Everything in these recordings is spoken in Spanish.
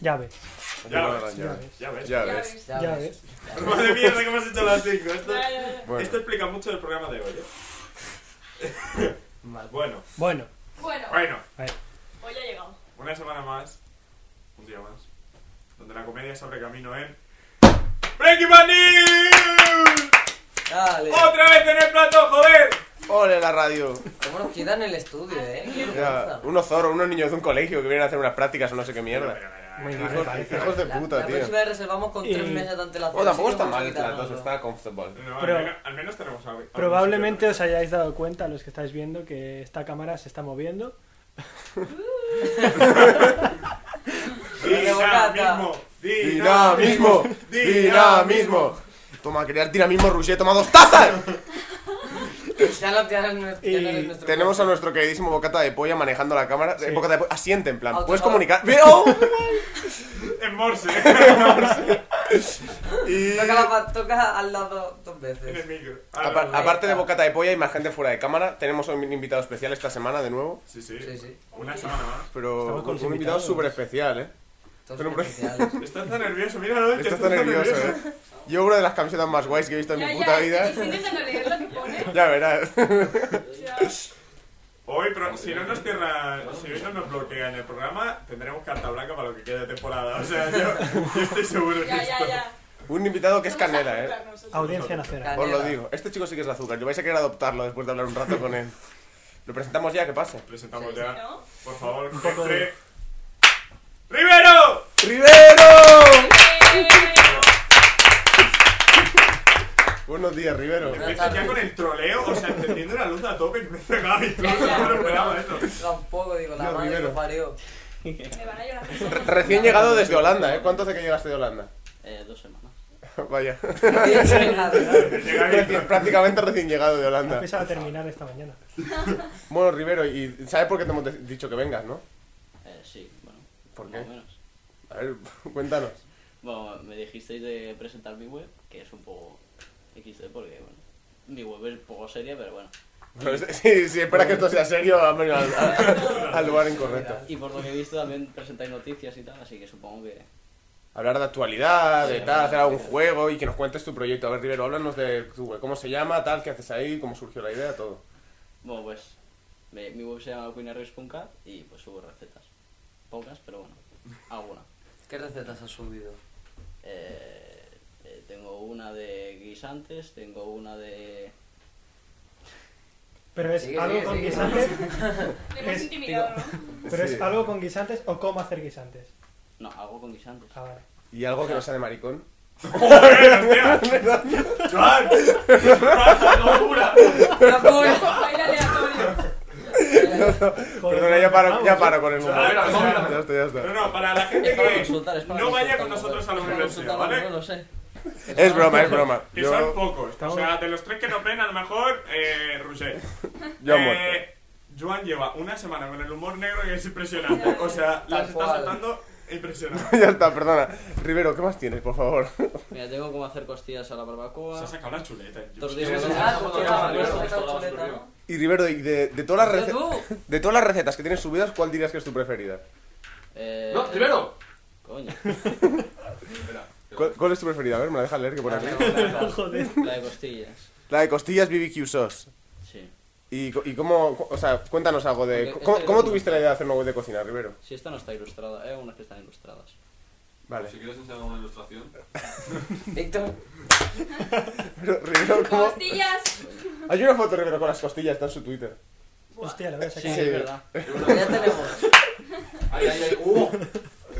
Llaves. Ya Yo no ves, era llave. Ya ves. Ya ves. ves. Ya ves. Llaves. Madre mía, sé que hemos hecho las 5. Esto, Ya, ya, ya. Bueno. esto explica mucho del programa de hoy. ¿eh? Mal. bueno, Bueno, Bueno, bueno, hoy ha llegado. una semana más, un día más, donde la comedia se abre camino en. ¡Breaking Bad News! Dale. ¡Otra vez en el plato, joder! ¡Ole la radio! ¿Cómo nos quitan el estudio, eh? Qué Ya, vergüenza. unos zorros, unos niños de un colegio que vienen a hacer unas prácticas o no sé qué mierda. Mira, mira, Muy mira, bien. mira, Hijos, mira. hijos de La, puta, la tío. próxima vez reservamos con tres Y- meses de antelación. Bueno, tampoco así que está vamos a mal el plato, quitarnoslo. está comfortable. No, al Pero- menos- al menos tenemos algo. algo probablemente que os hayáis dado cuenta, los que estáis viendo, que esta cámara se está moviendo. hacer. Dinamismo, ¡Dinamismo! dinamismo. ¡Dinamismo! Toma, crear dinamismo, Rusia, toma dos tazas. Ya no, ya no, es- ya no Y eres nuestro. Tenemos a nuestro queridísimo bocata de polla manejando la cámara. Sí. Eh, bocata de polla, asiente en plan. Auto- Puedes comunicar. ¡Ve- ¡Oh! En morse. Y- Toca, la pa- toca al lado dos en el veces. micro. Apar- Ahí aparte de está. bocata de polla y más gente fuera de cámara, tenemos a un invitado especial esta semana de nuevo. Sí, sí. Sí, sí. Una semana más. Pero Estamos con un los invitado invitados. súper especial, ¿eh? Todos Pero, hombre. especiales. Estás tan nervioso, míralo. que Estás tan nervioso, ¿eh? Yo una de las camisetas más guays que he visto en mi puta vida. Estoy intentando leer lo que pone. Ya verás. O sea, Hoy, pro- si no nos cierran, si hoy no nos bloquean el programa, tendremos carta blanca para lo que quede de temporada. O sea, yo, yo estoy seguro de ya, esto. ya, ya. Un invitado que es Somos canela, ¿eh? azúcar nosotros. Audiencia nacional. Os lo digo. Este chico sí que es de azúcar. Yo vais a querer adoptarlo después de hablar un rato con él. Lo presentamos ya, que pase. Presentamos Sí, sí, ya, ¿no? por favor, que poco de- entre. ¡Rivero! ¡Rivero! Eh, Buenos días, Rivero. Empieza ya con el troleo, o sea, encendiendo la luz a tope que me he cegado y todo. Ya, ya. No me lo esperaba eso. Tampoco digo la Dios, madre que Rivero. lo parió. Me van a llorar. Re- Recién llegado desde Holanda, ¿eh? ¿Cuánto hace que llegaste de Holanda? Eh, dos semanas. Vaya. Llega Recién- ahí. prácticamente recién llegado de Holanda. Empezaba a terminar esta mañana. Bueno, Rivero, ¿y sabes por qué te hemos de- dicho que vengas, no? Eh, sí, bueno. ¿Por más qué? o menos. A ver, cuéntanos. Bueno, me dijisteis de presentar mi web, que es un poco XD porque, bueno, mi web es poco seria, pero bueno. Pero es- sí, sí, espera que esto sea serio, han venido al, al- al lugar incorrecto. Y por lo que he visto también presentáis noticias y tal, así que supongo que... Hablar de actualidad, de Sí, tal, hacer algún sí. juego y que nos cuentes tu proyecto. A ver, Rivero, háblanos de tu web. ¿Cómo se llama, tal, qué haces ahí, cómo surgió la idea, todo? Bueno, pues me- mi web se llama culinariots.cat y pues subo recetas. Pocas, pero bueno, alguna. ¿Qué recetas has subido? Eh, eh, tengo una de guisantes, tengo una de... Pero es Sigue, algo sigue, con sigue. guisantes. Le hemos Es- intimidado, ¿no? Pero Sí. es algo con guisantes o cómo hacer guisantes. No, hago con guisantes. Ah, vale. Y algo que no sea de maricón. ¡Joan! ¡Joan, locura! Baila aleatorio. Ah, Joder, Perdona, ya paro, vamos, ya ¿eh? paro con el Claro, momento. claro, claro. Ya está, ya No, está. no, para la gente Es para que consultar, es para Eh, no vaya con consultar, nosotros a la Es para universidad, consultar, ¿vale? No lo sé. Es broma, es broma. Que son Yo, pocos. O sea, de los tres que nos ven, a lo mejor, eh, Roger. yo Eh, muerto. Joan lleva una semana con el humor negro y es impresionante. O sea, Tal las está cual. soltando impresionante. Ya está, perdona. Rivero, ¿qué más tienes, por favor? Mira, tengo cómo hacer costillas a la Se ha barbacoa. sacado la chuleta. Yo- Dos Sí, días sí, de sí. Ah, tú Ah, tienes bueno, la esto chuleta, vamos ¿no? Y Rivero, y de, de todas las Pero recetas... tú. De todas las recetas que tienes subidas, ¿cuál dirías que es tu preferida? Eh, No, primero. Coño, ¿Cuál, cuál es tu preferida? A ver, me la dejas leer que por aquí. Joder. la de costillas. La de costillas BBQ Sauce. Sí. ¿Y, co- y cómo, cu- o sea, cuéntanos algo de... Porque ¿Cómo, este- cómo tuviste la idea de hacer una web de cocina, Rivero? Si esta no está ilustrada, hay algunas que están ilustradas. Vale. Si quieres enseñar una ilustración. Víctor, Pero, Rivero, ¿cómo? Costillas. Hay una foto de Rivero con las costillas, está en su Twitter. Hostia, la voy a Sí, sacar. Sí. es verdad. pues ya tenemos. Ay, ay, ay. ¡Uh!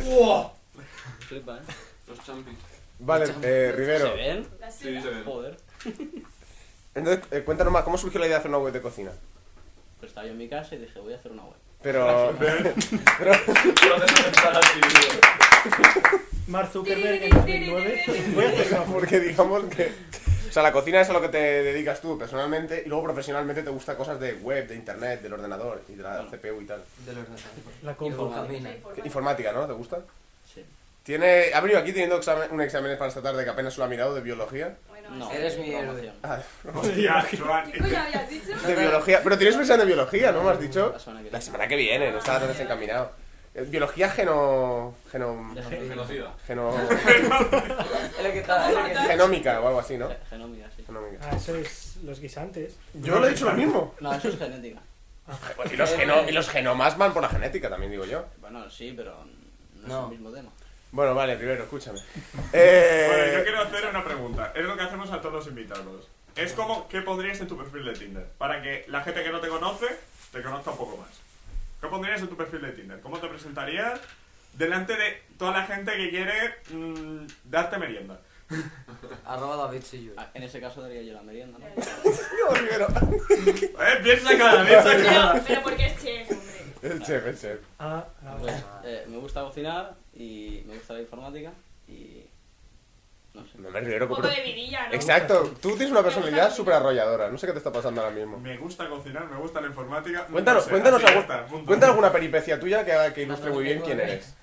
¡Uh! Flipa, ¿eh? Los champis. Vale, eh, ¿Se Rivero. ven? La Sí, seda. se ven. Joder. Entonces, eh, cuéntanos más, ¿cómo surgió la idea de hacer una web de cocina? Pues estaba yo en mi casa y dije, voy a hacer una web. Pero... pero Pero deja de estar así, tío. Mark Zuckerberg en 2009. Voy a hacer una foto. porque digamos que... O sea, la cocina es a lo que te dedicas tú personalmente y luego profesionalmente te gustan cosas de web, de internet, del ordenador y de la Bueno. CPU y tal. De los nazarenos. La Y luego compu. camina. Informática, ¿no? ¿Te gusta? Sí. Tiene, ha venido aquí teniendo examen- un examen para esta tarde que apenas lo ha mirado de biología. Bueno, No, Eres de mi héroe. programación. Ah, Hostia, Joan. ¿Qué coño habías dicho? de biología. Pero tienes un examen de biología, ¿no? ¿Me has dicho? La semana que La viene. semana que viene, no estaba tan desencaminado. Eh, Biología geno... geno... Genocida. geno- Es lo que está. es lo que está. genómica o algo así, ¿no? Ge- Genómica, sí. Genómica. Ah, eso es los guisantes. Yo lo he dicho lo mismo. No, eso es genética. Pues, Y los, geno- y los genomas van por la genética también, digo yo. Bueno, sí, pero no, No. es el mismo tema. Bueno, vale, primero, escúchame. Bueno, yo Eh, quiero hacer una pregunta. Es lo que hacemos a todos los invitados. Es como, ¿qué pondrías en tu perfil de Tinder? Para que la gente que no te conoce te conozca un poco más. ¿Qué pondrías en tu perfil de Tinder? ¿Cómo te presentarías delante de toda la gente que quiere mm, darte merienda? Arroba David Sillu. Ah, En ese caso daría yo la merienda, Eh, ¿no? yo primero. ¡Eh, piensa cada, piensa cada! Pero, pero porque es chef, hombre. El chef, el chef. Ah, ah, Pues, eh, me gusta cocinar y me gusta la informática y... No sé. No me río, Un poco de vidilla, ¿no? Exacto, tú tienes una personalidad súper arrolladora. No sé qué te está pasando ahora mismo. Me gusta cocinar, me gusta la informática. no Cuéntanos, sé, cuéntanos, así ya algu- está, punto. cuéntanos alguna peripecia tuya que, haga que ilustre muy bien quién eres.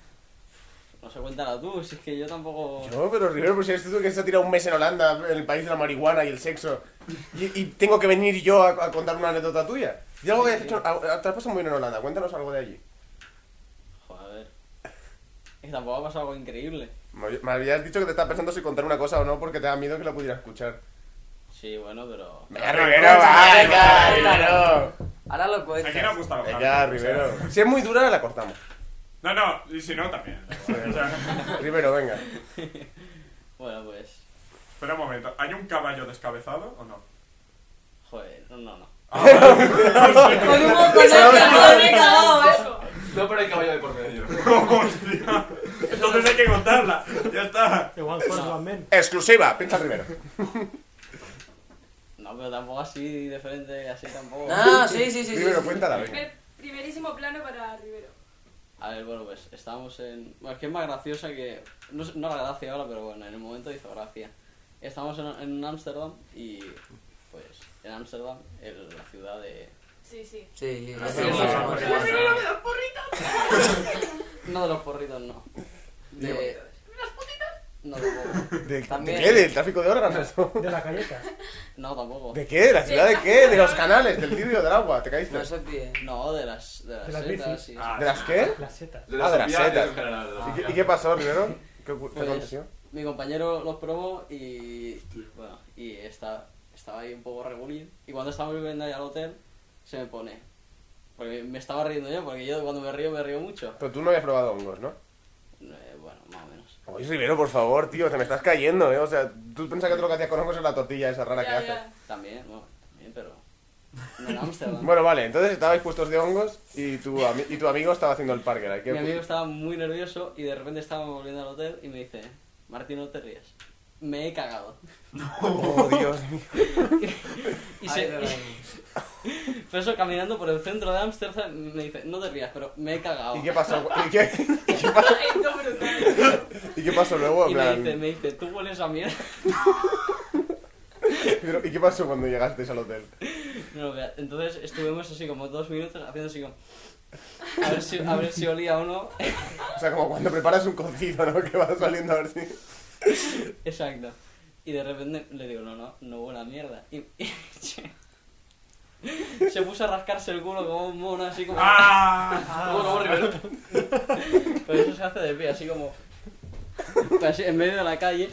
No sé, cuéntala tú, si es que yo tampoco... No, pero Rivero, pues eres tú que se ha tirado un mes en Holanda, en el país de la marihuana y el sexo. Y, y tengo que venir yo a, a contar una anécdota tuya. Y algo que has hecho, a- a- te has pasado muy bien en Holanda, cuéntanos algo de allí. Joder. Es que tampoco ha pasado algo increíble. Me me habías dicho que te estaba pensando si contar una cosa o no porque te da miedo que la pudiera escuchar. Sí, bueno, pero... Venga, Rivero, va, venga, Rivero. Ahora lo cuento. Aquí no gusta la Venga, Rivero. Si es muy dura, la cortamos. No, no, y si no, también. O sea, Rivero, venga. Bueno, pues... espera un momento, ¿hay un caballo descabezado o no? Joder, no, no, no. Con un moco de Pero me he cagado. cagado abajo. No, pero hay caballo de por medio. ¡Hostia! Entonces hay que contarla. Ya está. de One Horse One Man. Exclusiva, pincha Rivero. No, pero tampoco así, diferente, así tampoco. Ah, sí, sí, sí. sí. Rivero, cuéntala, venga. Primer- Primerísimo plano para Rivero. A ver, bueno, pues estábamos en... Bueno, es que es más graciosa que... No, es- no la gracia ahora, pero bueno, en el momento hizo gracia. Estábamos en, en Ámsterdam y... Pues en Ámsterdam, el- la ciudad de... Sí, sí. Sí, sí, Ah, sí, sí, sí, sí, sí, sí. Rivero, me das porritas. No de los porritos, no. De... No, tampoco. ¿De, de También. qué? ¿Del tráfico de órganos? De la galleta. No, tampoco. ¿De qué? ¿De la ciudad de qué? ¿De los canales? ¿Del vidrio del agua? ¿Te caíste? No se pide. No, de las... De las, De las setas bicis. y- Ah, ¿De las qué? Las setas. De Ah, de las Sofía, setas. en general, de la ¿Y Sofía. qué, y qué pasó, Rivero? ¿Qué, ocu- qué Pues- aconteció? Mi compañero los probó y. Bueno, y está, estaba ahí un poco regulín. Y cuando estaba volviendo ahí al hotel, se me pone. Porque me estaba riendo yo, porque yo cuando me río, me río mucho. Pero tú no habías probado hongos, ¿no? Eh, bueno, más o menos. Oye, Rivero, por favor, tío, te me estás cayendo, ¿eh? O sea, tú pensás que todo lo que hacías con hongos es la tortilla esa rara que Ya, haces. ya. También, bueno, también, pero. No en Ámsterdam. Bueno, vale, entonces estabais puestos de hongos y tu, ami- y tu amigo estaba haciendo el parker. ¿eh? ¿Qué- Mi amigo estaba muy nervioso y de repente estábamos volviendo al hotel y me dice: Martín, no te ríes. Me he cagado. Oh, Dios mío. Ay, Y se, pero- pero eso caminando por el centro de Ámsterdam me dice: No te rías, pero me he cagado. ¿Y qué pasó? ¿Y qué, Esto es brutal. y qué pasó luego? En Y me plan, dice, me dice, tú hueles a mierda. Rivero, ¿Y qué pasó cuando llegasteis al hotel? No, vea, entonces estuvimos así como dos minutos haciendo así como... A ver si, a ver si olía o no. O sea, como cuando preparas un cocido, ¿no? Que vas saliendo a ver si... Exacto. Y de repente le digo, no, no, no huele a mierda. Y, y se, se puso a rascarse el culo como un mono, así como... ¡Ah! Como, como Rivero. Pero eso se hace de pie, así como... así, en medio de la calle.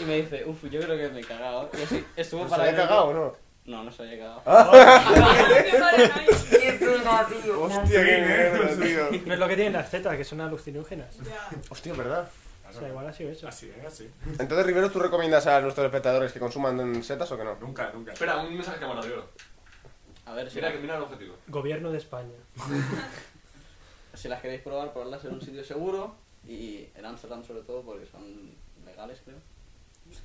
Y me dice, uff, yo creo que me he cagado. Y así estuvo ¿Se para... había cagado Ah. o no? No, no se había cagado. Qué paranoia. Qué pena, tío. Hostia, qué mierda, nervios. tío. Es lo que tienen las setas, que son alucinógenas. Ya. Hostia, ¿verdad? O sea, igual ha sido eso. Así, ¿eh? Así. Entonces, Rivero, ¿tú recomiendas a nuestros espectadores que consuman setas o que no? Nunca, nunca. Espera, un mensaje a cámara de oro. A ver si, Mira, la- mira el objetivo. Gobierno de España. si las queréis probar, probadlas en un sitio seguro. Y en Amsterdam sobre todo, porque son legales, creo.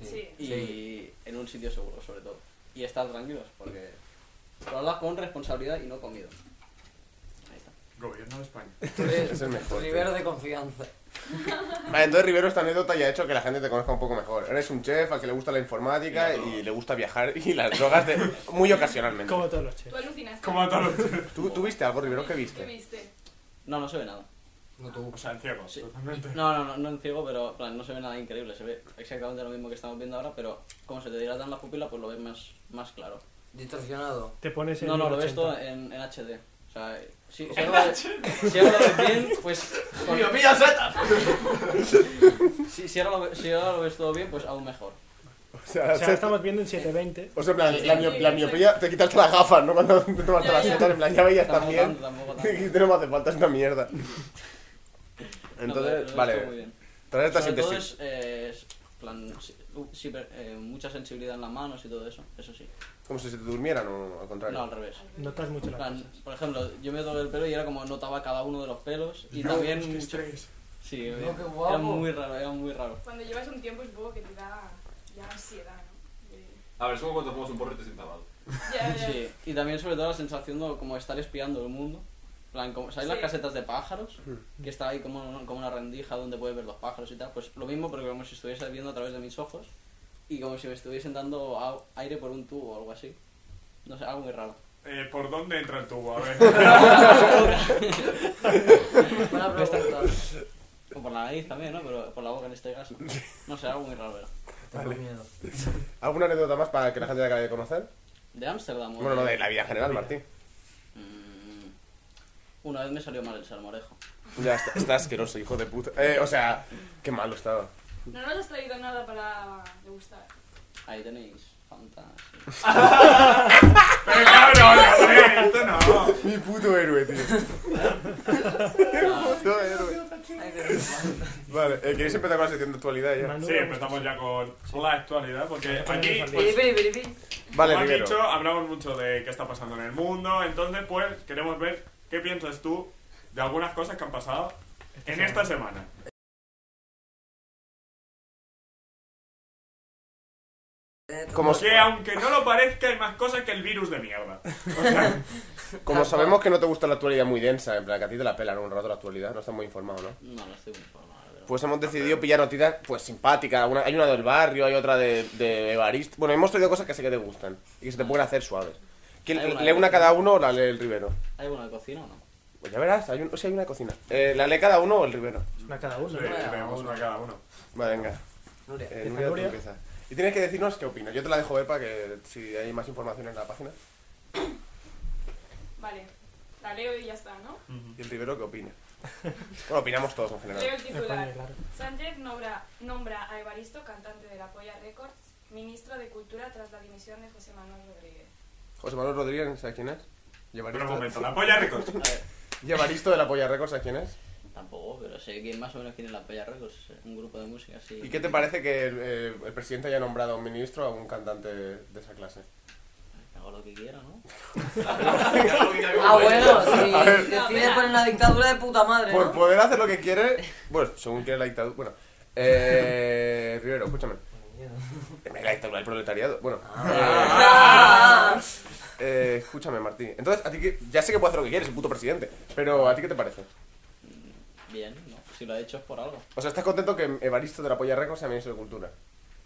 Sí. Y en un sitio seguro, sobre todo. Y estar tranquilos, porque probarlas con responsabilidad y no con miedo. Ahí está. Gobierno de España. Tú Es eres el mejor. tu tío. Rivero de confianza. Vale, Ah, entonces Rivero, esta anécdota ya ha hecho que la gente te conozca un poco mejor. Eres un chef al que le gusta la informática y le gusta viajar y las drogas de- muy ocasionalmente. Como todos los Tú chefs. alucinaste. Como a todos los ¿Tú, tú viste algo, Rivero? ¿Qué ¿Qué viste? viste? No, no se ve nada. No tú. O sea, en ciego, Sí. totalmente. No, no, no, no en ciego, pero en plan, no se ve nada increíble. Se ve exactamente lo mismo que estamos viendo ahora, pero como se te dilatan las pupilas, pues lo ves más, más claro. Distorsionado. Te pones en No, no, lo ves eh. 80. todo en, en HD. O sea, si, si, hablo, de, si hablo de bien, pues. con- ¡Miopía Z! si, si, ahora lo, ve- si ahora lo ves todo bien, pues aún mejor. O sea, O sea, estamos viendo en 720. o sea, en plan, Sí, la, sí, mio- sí, la sí. miopía, te quitaste las gafas, ¿no? Cuando te tomaste Ya, las ya. notas, en plan, ya veías Tampoco también. tanto, tampoco tanto. Dijiste, no me hace falta esta mierda. No, Entonces, pero estuvo muy vale, bien. tras esta Sobre todo síntesis. es, eh, es plan, si- u- si- eh, mucha sensibilidad en las manos y todo eso, eso sí. Como si se te durmieran o al No, al contrario. revés. Notas mucho En las plan, cosas. por ejemplo, yo me toqué el pelo y era como notaba cada uno de los pelos y también... mucho- Sí, No, qué guapo. era muy raro, era muy raro. Cuando llevas un tiempo supongo que te da ya ansiedad, ¿no? De- A ver, es como cuando fumas un porrete sin tabaco. Ya, ya. Sí, y también sobre todo la sensación de como estar espiando el mundo. En plan, como, ¿Sabéis las Sí. casetas de pájaros? Que está ahí como, un- como una rendija donde puedes ver los pájaros y tal. Pues lo mismo, pero como si estuviese viendo a través de mis ojos y como si me estuviesen dando au- aire por un tubo o algo así. No sé, algo muy raro. Eh, ¿Por dónde entra el tubo? A ver. Buena Me está- pregunta. O por la nariz también, ¿no? Pero por la boca en este caso. No sé, algo muy raro era. Tengo miedo. ¿Alguna anécdota más para que la gente la acabe de conocer? ¿De Ámsterdam? o Bueno, no, de la vida general, Martín. Mm, Una vez me salió mal el salmorejo. Ya, está, está asqueroso, hijo de puta. Eh, o sea, qué malo estaba. No nos has traído nada para degustar. Ahí tenéis fantasía. Pero cabrón, hombre, esto no. Mi puto héroe, tío. puto héroe. Ay, qué guapo. Vale, eh, ¿queréis empezar con la sección de actualidad ya? Manu, Sí, vamos- empezamos ya con la actualidad, porque aquí, Piri, pues, piri, piri, piri. Vale, como has Rivero. dicho, hablamos mucho de qué está pasando en el mundo, entonces, pues, queremos ver qué piensas tú de algunas cosas que han pasado en esta semana. Como, Que aunque no lo parezca, hay más cosas que el virus de mierda. O sea, como sabemos que no te gusta la actualidad muy densa, en plan que a ti te la pelan un rato la actualidad, no estás muy informado, ¿no? No, no estoy muy informado, la verdad. Pues hemos decidido pillar noticias, pues simpáticas. alguna- hay una del barrio, hay otra de, de Evarist. Bueno, hemos traído cosas que sé que te gustan y que se te pueden hacer suaves. ¿Quién, Hay una ¿Lee de- una cada uno o la lee el Rivero? ¿Hay alguna de cocina o no? Pues ya verás, hay un, si hay una de cocina. Eh, ¿La lee cada uno o el Rivero? Una cada sí, uno. ¿no? tenemos una cada uno. Vale, venga. Nuria. Eh, Nuria, tú Nuria. empieza. Y tienes que decirnos qué opinas. Yo te la dejo ver para que si hay más información en la página. Vale, la leo y ya está, ¿no? Y el Rivero qué opina. Bueno, opinamos todos en Leo general. el Me pone, titular. claro. Sánchez nombra, nombra a Evaristo, cantante de la Polla Records, ministro de Cultura tras la dimisión de José Manuel Rodríguez. José Manuel Rodríguez, ¿sabes quién es? Pero un Llevaristo, momento, la polla Records. A ver, Llevaristo de la Polla Records, ¿sabes quién es? tampoco, pero sé quién más o menos quién es la Polla Records, eh, un grupo de música así. ¿Y qué te parece que el, eh, el presidente haya nombrado a un ministro a un cantante de esa clase? Hago lo que quiera, ¿no? Ah, bueno, si A ver. decide poner una dictadura de puta madre, Por ¿no? poder hacer lo que quiere. Bueno, según quiere la dictadura. Bueno, eh, Rivero, escúchame. La dictadura del proletariado. Bueno, Ah. eh, escúchame, Martín. Entonces, a ti que. Ya sé que puede hacer lo que quiere, es el puto presidente. Pero, ¿a ti qué te parece? Eh, Bien, no. Si lo ha hecho es por algo. O sea, ¿estás contento que Evaristo de la Polla Records sea ministro de Cultura?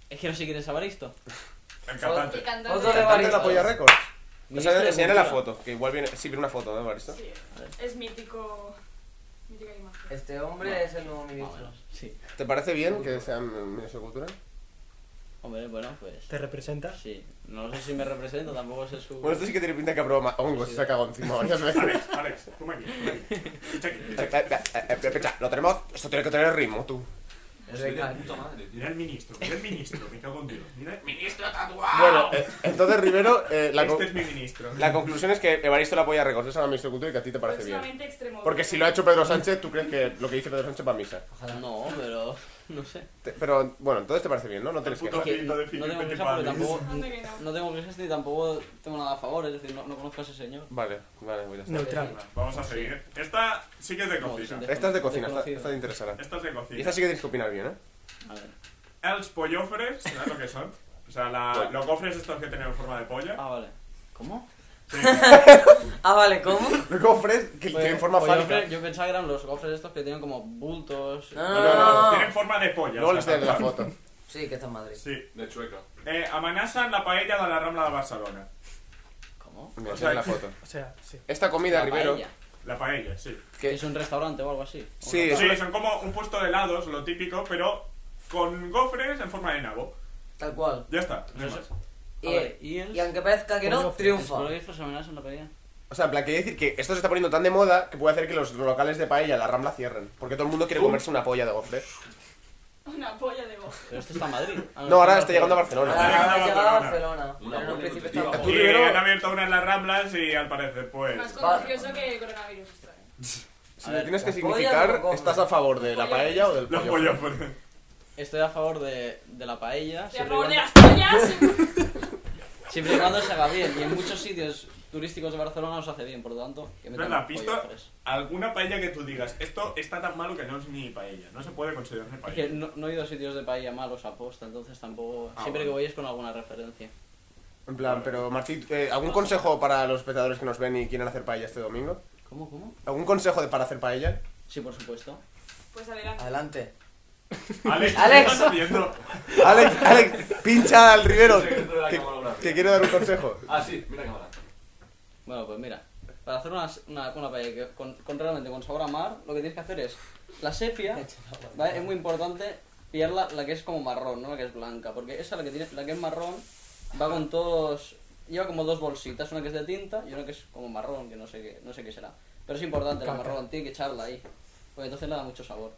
Es que no sé quién es Avaristo. El cantante. Otro de ¿Cantante de Evaristo. la Polla Records? O Ministro sea, de enséñale la Cultura. foto, que igual viene. Sí, viene una foto, ¿no, Evaristo? Sí, es mítico. Mítica imagen. Este hombre es el nuevo Más o ministro. menos, sí. ¿Te parece bien que sea ministro de Cultura? Hombre, bueno, pues. ¿Te representa? Sí. No sé si me represento, tampoco sé su. Bueno, esto sí que tiene pinta que ha probado ma- hongos y se ha cagado encima varias veces. Alex, Alex, tú aquí. come aquí. Picha aquí, picha Eh, aquí. eh, eh, eh, eh, picha, Lo tenemos. Esto tiene que tener ritmo, tú. Es de de la Cali. puta madre, tío. Mira el ministro, mira el ministro, me cago en Dios. Mira el ministro Bueno, Ah. tatuado. eh, entonces, Rivero, eh, la, co- Este es mi ministro. la conclusión es que Evaristo la apoya a Records, es a la ministra de Cultura y que a ti te parece bien. Próximamente extremo. Porque si lo ha hecho Pedro Sánchez, tú crees que lo que dice Pedro Sánchez va a misa. No, pero. No sé. Te- pero bueno, entonces te parece bien, ¿no? No tienes que. puto Que Lo no, de no Felipe tengo quejas González. porque tampoco. Anda que no. No tengo quejas ni tampoco tengo nada a favor, es decir, no, no conozco a ese señor. Vale, vale, voy a estar. Neutral. Vamos a seguir. Esta sí que es de Este No, cocina. sí, Esta es de cocina, esta, Desconocido. esta te interesará. Esta es de Y esta cocina. sí que tienes que opinar bien, ¿eh? A ver. Els pollofres, ¿sabes lo que son? O sea, la- los gofres estos que tienen forma de polla. Ah, vale. ¿Cómo? Ah, vale, ¿cómo? Lo que ofrece, que tiene forma Pues yo fálica. pe- Yo pensaba que eran los gofres estos que tienen como bultos. No, No, no, no, no. Tienen forma de polla. Luego o les sea, de la foto. Sí, que está en Madrid. Sí. De chueca. Eh, amenacen la paella de la Rambla de Barcelona. ¿Cómo? Mira, enséñale la foto. O sea, sí. Esta comida, La Rivero. paella. La paella, sí. que- Es un restaurante o algo así. ¿O Sí, no? es Sí, una- son como un puesto de helados, lo típico, pero con gofres en forma de nabo. Tal cual. Ya está. no hay Eso más. A Y, ver, y el- y aunque parezca que no, ¿Es por triunfa. lo que hizo, se amenaza en la paella? O sea, en plan, quería decir que esto se está poniendo tan de moda que puede hacer que los locales de paella, la Rambla, cierren. Porque todo el mundo quiere comerse una polla de gofre. Una polla de voz. Pero esto está en Madrid. Ah, No, ahora en está llegando a Ahora Barcelona. ha llegado a Barcelona. Una Pero en un buena principio iniciativa. estaba- Tú, Y Rivero. han abierto una en las Ramblas y al parecer, Más pues. contagioso que el coronavirus australiano. Si A le ver, tienes que ¿con polla o significar, con gofre? ¿estás a favor de la paella o del Los pollo? pollos, pues. Estoy a favor de, de la paella. Estoy a siempre favor y de las cuando- pollas. Siempre y cuando se haga bien, y en muchos sitios turísticos de Barcelona os hace bien, por lo tanto. Que No, metan la pollo pista- fresco. Alguna paella que tú digas, esto está tan malo que no es ni paella. No se puede considerar ni Es que paella. no, no he ido a sitios de paella malos a posta, entonces tampoco. Ah, siempre bueno. que voy es con alguna referencia. En plan, pero Martí, eh, ¿algún consejo para los espectadores que nos ven y quieren hacer paella este domingo? ¿Cómo, cómo? ¿Algún consejo de para hacer paella? Sí, por supuesto. Pues adelante. Adelante. Alex, ¿qué Alex. estás haciendo? Alex, Alex, pincha al Rivero. Sí, dentro de la Que, camarógrafa. que quiero dar un consejo. Ah, sí, mira cámara. Bueno, pues mira, para hacer una, una, una paella que con, con realmente con sabor a mar, lo que tienes que hacer es la sepia, ¿vale? Es muy importante pillar la, la que es como marrón, no la que es blanca, porque esa la que tiene, la que es marrón va con todos lleva como dos bolsitas, una que es de tinta y una que es como marrón, que no sé qué, no sé qué será. Pero es importante la marrón, tiene que echarla ahí. Pues entonces le da mucho sabor.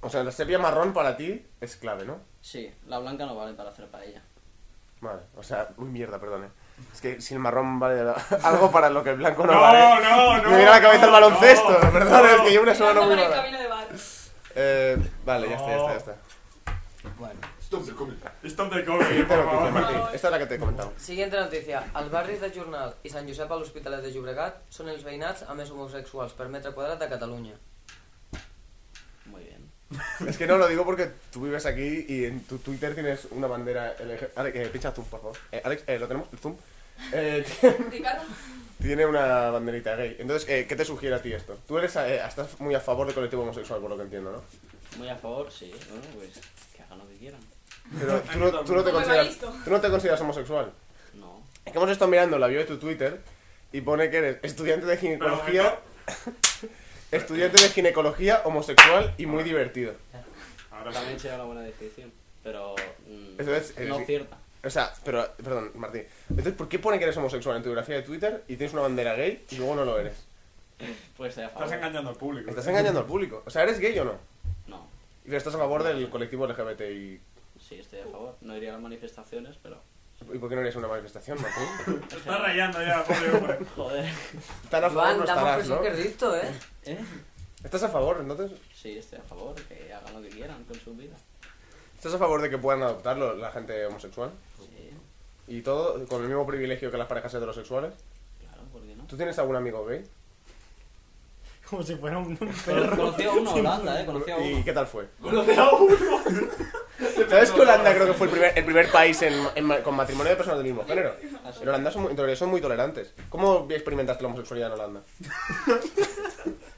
O sea, la sepia marrón para ti es clave, ¿no? Sí, la blanca no vale para hacer paella. Vale, o sea, uy, mierda, perdone. Es que si el marrón vale la- algo para lo que el blanco no, No, vale. no, no. me viene a la cabeza el no, baloncesto, no, perdón, es que llevo una semana muy Mirando por el mala. camino de bar. Eh, vale, ya está, ya está, ya No. está. Bueno. Stop the comedy. Stop the comedy, Siguiente por noticia, favor. Martí. Esta es la que te he comentado. Siguiente notícia. Els barris de Jornal i Sant Josep a l'Hospitalet de Llobregat són els veïnats amb més homosexuals per metre quadrat de Catalunya. Muy bien. Es que no lo digo porque tú vives aquí y en tu Twitter tienes una bandera. LG Alex, eh, pincha zoom, por favor. Eh, Alex, eh, ¿lo tenemos? ¿El zoom? Eh, Ricardo, Tiene una banderita gay. Entonces, eh, ¿qué te sugiere a ti esto? Tú eres, eh, estás muy a favor del colectivo homosexual, por lo que entiendo, ¿no? Muy a favor, sí. Bueno, pues que hagan lo que quieran. Pero tú no, tú no te, Muy consideras, malisto. tú no te consideras homosexual. No. Es que hemos estado mirando la bio de tu Twitter y pone que eres estudiante de ginecología, estudiante de ginecología, homosexual y muy divertido. Ahora sí. También sería una buena definición, pero mm, Eso es- es no decir- cierta. O sea, pero, perdón, Martín. Entonces, ¿por qué pone que eres homosexual en tu biografía de Twitter y tienes una bandera gay y luego no lo eres? Pues estoy a favor. Estás engañando al público. Estás engañando al público. O sea, ¿eres gay o no? No, Y estás a favor del colectivo LGBT y... sí, estoy a favor. No iría a las manifestaciones, pero... ¿Y por qué no eres una manifestación, Martín? Estás rayando ya, pobre hombre. Joder. Tan a favor Joan, no damos estarás, presión ¿no? que rito, eh? ¿Eh? ¿Estás a favor, entonces? Sí, estoy a favor, que hagan lo que quieran con su vida. ¿Estás a favor de que puedan adoptarlo la gente homosexual? Sí, Y todo con el mismo privilegio que las parejas heterosexuales. claro, ¿por qué no? ¿Tú tienes algún amigo gay? Como si fuera un, un Pero perro. conocí a uno, Holanda, ¿eh? Conocí a ¿Y uno. qué tal fue? Conoce a uno. ¿Sabes que Holanda creo que fue el primer, el primer país en, en ma- con matrimonio de personas del mismo género? Ah, sí. En Holanda son muy, en teoría son muy tolerantes. ¿Cómo experimentaste la homosexualidad en Holanda?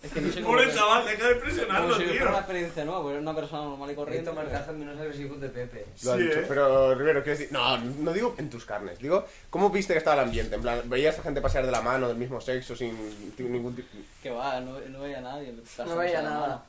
Es que no sé cómo... Pobre que- chaval, deja de Como presionarlo, si fuera una tío. experiencia nueva, porque era una persona normal y corriente. Rito marcazo menos agresivo de Pepe. Lo ha Sí, dicho. ¿eh? Pero, Rivero, quiero decir... No, no digo en tus carnes. Digo, ¿cómo viste que estaba el ambiente? En plan, ¿veías a gente pasear de la mano del mismo sexo sin sin ningún tipo...? Que va, no, no veía a nadie. No veía nada.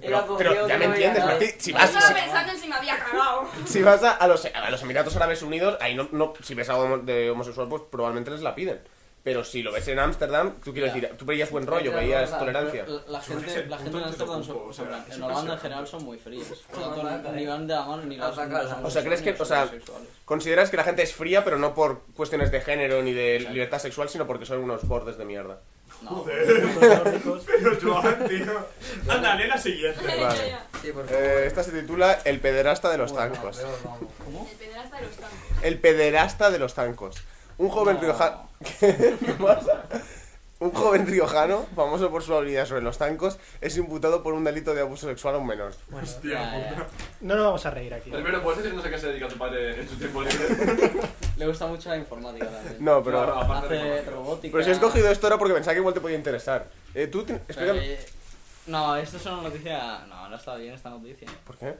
Era Pero, pero cogido ya que me no veía entiendes, nada. Martí. Si yo vas... estaba si- pensando en si me había cagado. Si vas a, a los, a los Emiratos Árabes Unidos, ahí no, no- si ves algo homo- de homosexual, pues probablemente les la piden. Pero si lo ves en Ámsterdam, tú quiero Ya. decir, tú veías buen rollo, Pero veías no, tolerancia. La, la ese gente, punto la gente en te lo Amsterdam, culpo, son- o o sea, sea, es en Holanda en impresionante. general son muy fríos. Por lo Holanda, tanto, eh. ni van de la mano ni las Ataca, las O sea, ¿crees que- ni los o sea, homosexuales. ¿Consideras que la gente es fría, pero no por cuestiones de género ni de libertad sexual, sino porque son unos bordes de mierda? No, Pero Joan, tío. Anda, lee la siguiente. Vale. Sí, por favor. Eh, esta se titula El pederasta de los Bueno, tancos. pero vamos. ¿cómo? El pederasta de los campos. El pederasta de los tancos. Un joven No. riojano. ¿Qué pasa? Un joven riojano, famoso por su habilidad sobre los tancos, es imputado por un delito de abuso sexual a un menor. Bueno, Ya, Hostia, ya. puta. no nos vamos a reír aquí. Primero, pues, ¿puedes decirnos a qué se dedica tu padre en su tiempo libre? Le gusta mucho la informática también. No, pero. No, no, aparte Hace de... robótica. Pero si has cogido esto era porque pensaba que igual te podía interesar. Eh, tú, tien- Pero, explícame. eh, No, esto es una noticia. No, no está bien esta noticia. ¿Por qué?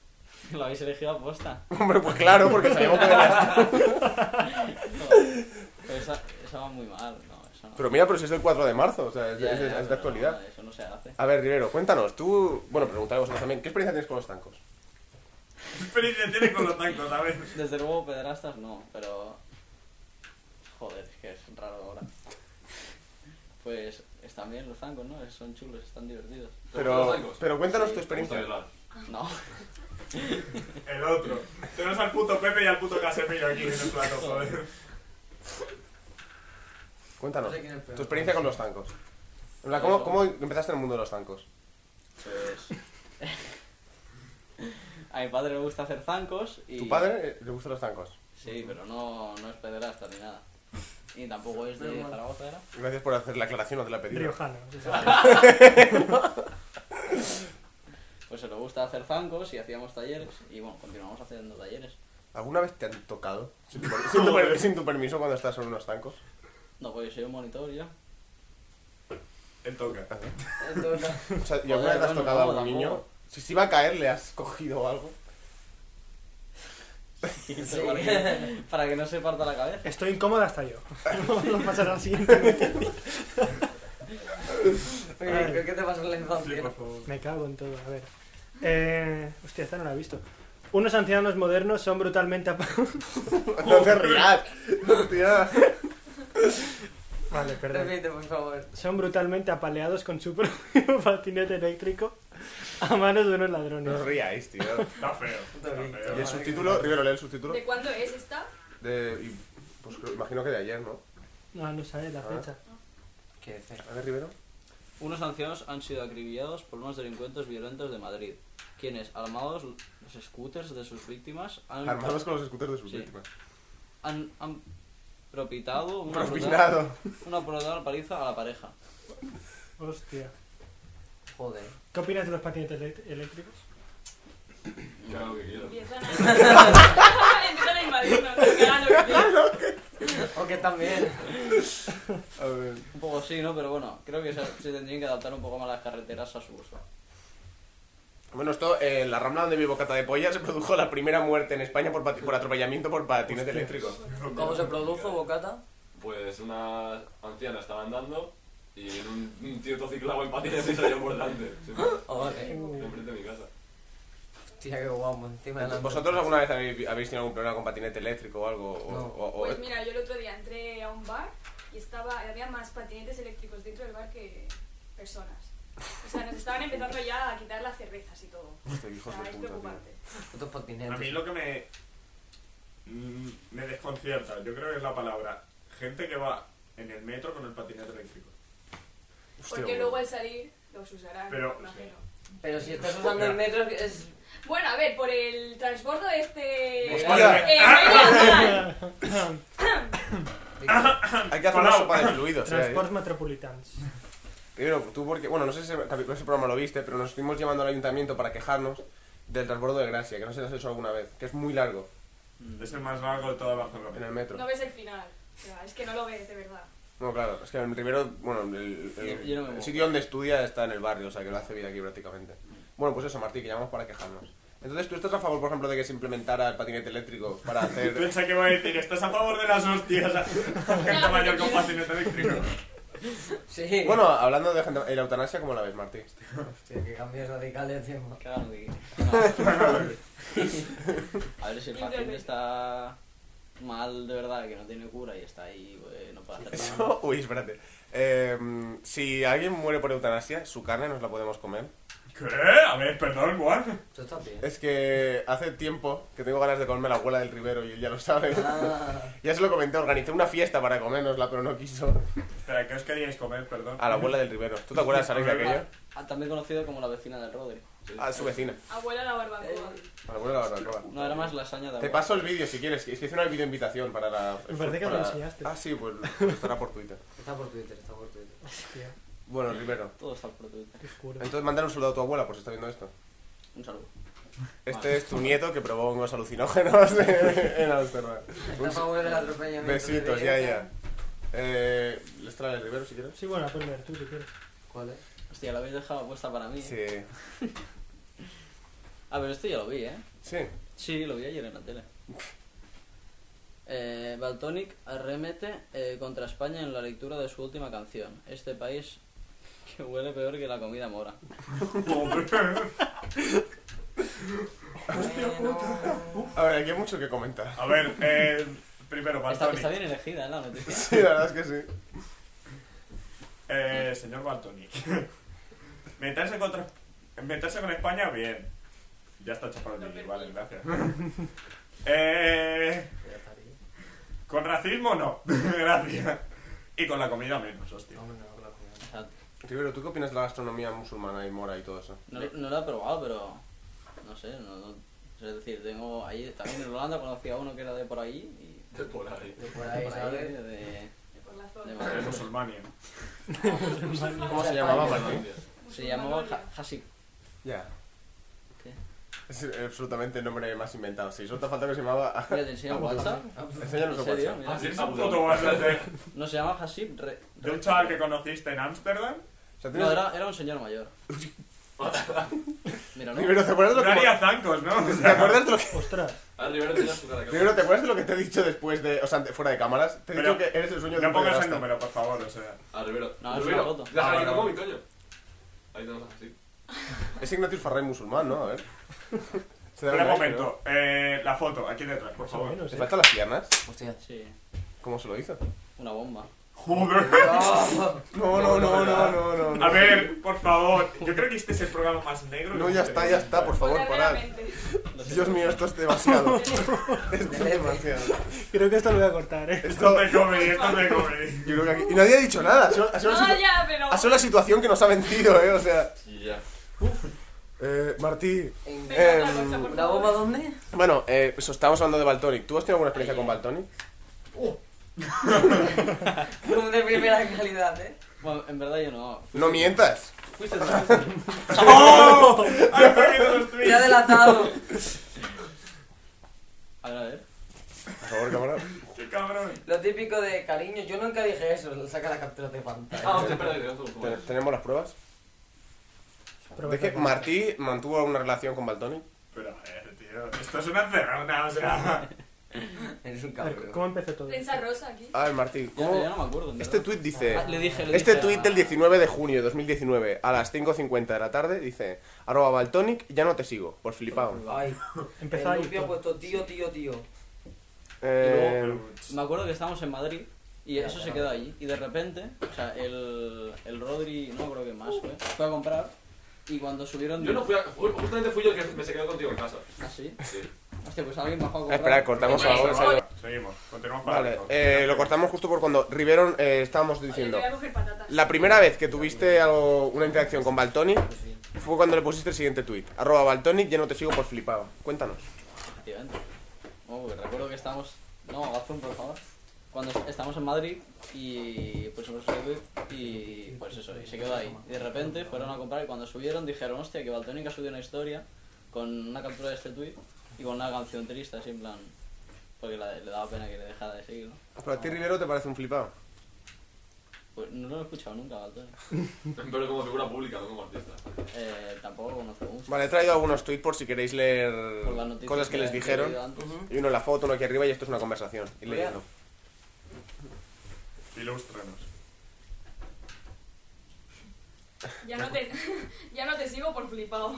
Lo habéis elegido a posta. Hombre, pues claro, porque sabíamos que era esto. Pero esa, esa va muy mal. No, eso no. Pero mira, pero si es del 4 de marzo, o sea, es, de- Ya, es de- ya, es de pero actualidad. no, eso no se hace. A ver, Rivero, cuéntanos, tú. Bueno, preguntaré a vosotros también, ¿qué experiencia tienes con los tancos? ¿Qué experiencia tiene con los tacos, a ver? Desde luego, pedrastas no, pero. Joder, es que es raro ahora. pues están bien los zancos, ¿no? Son chulos, están divertidos. Pero, pero cuéntanos tu experiencia. pues, No, El otro. Tenemos al puto Pepe y al puto Casemiro aquí en el plato, joder. Cuéntanos No sé quién es peor. tu experiencia con los zancos. En plan, ¿Cómo, ¿Cómo empezaste en el mundo de los zancos? pues... A mi padre le gusta hacer zancos y... ¿Tu padre eh, le gustan los zancos? Sí, pero no, no es pederasta ni nada. Y tampoco es de Menos mal. Zaragoza, ¿era? Gracias por hacer la aclaración, no te la pedí. Riojano. Pues se le gusta hacer zancos y hacíamos talleres. Y bueno, continuamos haciendo talleres. ¿Alguna vez te han tocado? Sin tu, per- sin tu per- sin tu permiso cuando estás sobre unos zancos. No, pues yo soy un monitor ya. Él toca. Entonces, O sea, ¿y alguna vez Joder, has bueno, tocado a no, algún niño? tampoco. Si se iba a caer, le has cogido algo. Pero Para, que, para que no se parta la cabeza. Estoy incómoda hasta yo. Vamos a pasar al siguiente. ¿Qué qué te pasó en la infancia? Me cago en todo, a ver. Eh, hostia, esta no la he visto. Unos ancianos modernos son brutalmente... ap- No te rías. No te rías. vale, perdón. Repite, por favor. son brutalmente apaleados con su propio patinete eléctrico a manos de unos No os ladrones. ríais, tío. Está feo. Puto Está Víctor. ¿Y feo. el subtítulo? Rivero, lee el subtítulo. ¿De cuándo es esta? De, y, pues creo- imagino que de ayer, ¿no? No, no sabe la Ah. fecha. ¿Qué fe- A ver, Rivero. Unos ancianos han sido acribillados por unos delincuentes violentos de Madrid, quienes, armados los scooters de sus víctimas, han, Armados con los scooters de sus Sí. víctimas. han, han propitado una brutal, Propinado. una brutal paliza a la pareja. Hostia. Joder. ¿Qué opinas de los patinetes elect- eléctricos? Claro que quiero. Empiezan a Empiezan a invadirnos. que hagan lo que quieran. O que también. A ver. Un poco sí, ¿no? Pero bueno, creo que se, se tendrían que adaptar un poco más las carreteras a su uso. Bueno, esto, eh, en la rambla donde vivo Cata de Polla se produjo la primera muerte en España por, pati- por atropellamiento por patinete eléctrico. ¿Cómo se produjo, Bocata? Pues una anciana estaba andando y en un, un tío tociclado en patinete salió por delante. Sí, Joder. Uh. Enfrente de mi casa. Oh, Hostia, qué guapo. Encima de la... Entonces, ¿Vosotros alguna vez habéis, habéis tenido algún problema con patinete eléctrico o algo? O, No. o- o- Pues mira, yo el otro día entré a un bar y estaba, había más patinetes eléctricos dentro del bar que personas. O sea, nos estaban empezando ya a quitar las cervezas y todo. Hostia, O hijos sea, de es puta, tío. preocupante. Putos A mí patinetes. lo que me. mm, Me desconcierta, yo creo que es la palabra. Gente que va en el metro con el patinete eléctrico. Hostia, Porque bueno. luego al salir los usarán, Pero- imagino. Pero si estás usando el metro es... Bueno, a ver, por el transbordo este... Hostia. Eh, Media Plan. Hay que hacer una sopa de fluidos, eh. Transports metropolitans. Primero, tú porque, bueno, no sé si capítulo ese programa lo viste, pero nos estuvimos llamando al ayuntamiento para quejarnos del transbordo de Gracia, que no sé si lo has hecho alguna vez, que es muy largo Es el más largo de toda en Barcelona. el metro. No ves el final. O sea, es que no lo ves, de verdad. No, claro, es que en Rivero, bueno, el, el- Yo no el me muevo. sitio donde estudia está en el barrio, o sea que lo hace vida aquí prácticamente. Bueno, pues eso, Martí, que llamamos para quejarnos. Entonces, ¿tú estás a favor, por ejemplo, de que se implementara el patinete eléctrico para hacer... Piensa que va a decir, estás a favor de las hostias a gente mayor con patinete eléctrico. Sí. bueno, hablando de gente... eh, ¿La eutanasia cómo la ves, Martí? Hostia, que cambios radicales, tío. Que hagan lo que quieran. A ver si el paciente está mal de verdad, que no tiene cura y está ahí, pues, no puede hacer nada. Eso... Uy, espérate. Eh, si alguien muere por eutanasia, ¿su carne nos la podemos comer? ¿Qué? A ver, perdón, Juan. Tú estás bien. Es que hace tiempo que tengo ganas de comerme la abuela del Rivero y él ya lo sabe. Ah, Ya se lo comenté, organicé una fiesta para comérnosla, pero no quiso. Espera, ¿qué os queríais comer, perdón? A la abuela del Rivero. ¿Tú te acuerdas, Alex, de aquello? Ah, también conocido como la vecina del Rodri. A su vecina. Abuela la barbacoa. A la abuela de la barbacoa. No era más lasaña de Te abuela. paso el vídeo si quieres, que es que hice una videoinvitación para la... Me parece que me para- lo enseñaste. Ah, sí, pues estará por Twitter. Está por Twitter, está por Twitter. Hostia, Bueno, Rivero. Todo está por Twitter. qué oscuro. Entonces mandar un saludo a tu abuela por si está viendo esto. Un saludo. Este es tu nieto que probó unos alucinógenos en Amsterdam. Está a favor del atropellamiento. Pues, Besitos, de ya, ya. Vieta. Eh, ¿Les trae el Rivero si quieres? Sí, bueno, ponme tú si quieres. ¿Cuál es? Hostia, la habéis dejado puesta para mí. ¿eh? Sí. Ah, pero esto ya lo vi, ¿eh? Sí. Sí, lo vi ayer en la tele. Eh, Baltonic arremete eh, contra España en la lectura de su última canción. Este país que huele peor que la comida mora. Joder. Bueno, A ver, aquí hay mucho que comentar. A ver, eh, primero, Está, Bartoni. está bien elegida ¿eh? la noticia. Sí, la verdad es que sí. Eh, señor Baltonic. meterse, contra, meterse con España, bien. Ya está chapado el No vídeo, perdí. vale, gracias. Eh, con racismo, no. gracias. Y con la comida, menos, hostia. Exacto. Rivero, ¿tú qué opinas de la gastronomía musulmana y mora y todo eso? No, no lo he probado, pero no sé, no, no- es decir, tengo ahí también en Holanda conocí a uno que era de por ahí y De por ahí. Por ahí, por ahí, ¿sabes? de- por la de Es zona. ¿eh? Madrid. musulmania. ¿no? ¿Cómo se llamaba, Ah, Martín? Tailandia. se llamaba Ha- Hasik. Ya. ¿Qué? Es absolutamente el nombre más inventado. Sí, solo te falta que se llamaba... Mira, te enseño el WhatsApp. Enséñanos ¿En los serio? WhatsApp. Mira. Ah, sí, Es Abu un Dhabi. puto WhatsApp de, No, se llama Hasib. Re- de un chaval que conociste en Ámsterdam. O sea, No, tienes... era, era un señor mayor. Mira, ¿no? Rivero, ¿te acuerdas de No lo que... haría zancos, ¿no? O ¿Te sea, acuerdas de lo que... Ostras, Ah, Rivero tenía su cara. Rivero, ¿te acuerdas de lo que te he dicho después de... O sea, de- fuera de cámaras? Te he Pero- dicho que eres el sueño de no un pongas el pederasta. número, por favor, o sea. Ah, Rivero. No, es Rivero, una foto. Deja Ah, que vale, como vale. mi coño. Ahí tenemos así. Es Ignatius Farray musulmán, ¿no? A ver. Se da Espera un like, ¿no? momento. Eh, la foto, aquí detrás, por más o favor. menos, ¿Te ¿eh? faltan las piernas? Hostia. Sí, ¿Cómo se lo hizo? una bomba. Joder. No, no, no, no, no, no. A ver, por favor. Yo creo que este es el programa más negro. No, que ya hemos está, tenido. ya está, por favor, parad. Verdaderamente. Lo sé. Dios mío, esto es demasiado. Esto es demasiado. Creo que esto lo voy a cortar, ¿eh? Esto es de comedy, esto es de comedy. Yo creo que aquí... Y nadie ha dicho nada. Ha sido, ha sido la, No, situ- ya, pero. ha sido la situación que nos ha vencido, ¿eh? O sea... Y ya. Eh, Martí... En- Venga, otra cosa, em, por ¿La favor. bomba dónde? Bueno, eh, eso, estábamos hablando de Baltonic. ¿Tú has tenido alguna experiencia con Ahí. Baltonic? Como de primera calidad, ¿eh? Bueno, en verdad yo no. No mientas. Fuiste tú. ¡Oh! ¡Ay, me he ido los Te ha tweets! delatado. A ver, a ver. Por favor, cabrón. ¡Qué cabrón! Lo típico de cariño, yo nunca dije eso, saca la captura de pantalla. Ah, hostia, espera, que tenemos un ¿Te- ¿Tenemos las pruebas? ¿De que Martí mantuvo una relación con Baltonic? Pero a ver, tío. Esto es una cerrona, o sea. Eres un A ver, cabrón. ¿Cómo empezó todo? Prensa rosa aquí. A ver, Martí, Yo, yo no ¿cómo...? me acuerdo. en Este verdad. tuit dice... Ah, le dije, le Este dije a- tuit del 19 de junio de 2019 a las 5.50 de la tarde dice... Arroba Baltonic, ya no te sigo, por flipado. Ay, Empezó el Lupi ha ahí. puesto tío, tío, tío. Eh, Me acuerdo que estábamos en Madrid y eso se quedó allí. Y de repente, o sea, el, el Rodri, no creo que más, fue, fue a comprar. Y cuando subieron. Yo no fui a... ju- Justamente fui yo el que me se quedó contigo en casa. Así. Sí. Hostia, pues alguien bajó a comprar. espera, cortamos Oye, ahora. oye. salió. Seguimos, continuamos para Vale, abajo. eh, lo cortamos justo por cuando Rivero eh, estábamos Oye, te diciendo... voy a coger patatas. La primera vez que tuviste algo, una interacción con Baltonic fue cuando le pusiste el siguiente tweet. Arroba Baltonic, ya no te sigo por flipado. Cuéntanos. Efectivamente. Oh, pues recuerdo que estábamos. No, Gazun, por favor. Cuando est- estábamos en Madrid y pusimos ese tweet y pues eso, y se quedó ahí. Y de repente fueron a comprar y cuando subieron dijeron, hostia, que Baltónica subió una historia con una captura de este tweet y con una canción triste, así en plan. Porque la- le daba pena que le dejara de seguir, ¿no? ¿Pero a ti Rivero te parece un flipado? Pues no lo he escuchado nunca, Baltónica. Pero como figura pública, no como artista. Eh, tampoco lo conozco mucho. Vale, he traído algunos tweets por si queréis leer Por las noticias cosas que les he dijeron. leído antes. Y uno en la foto, uno aquí arriba y esto es una conversación. Y leyendo. Ilústranos. Ya no te, ya no te sigo por flipado.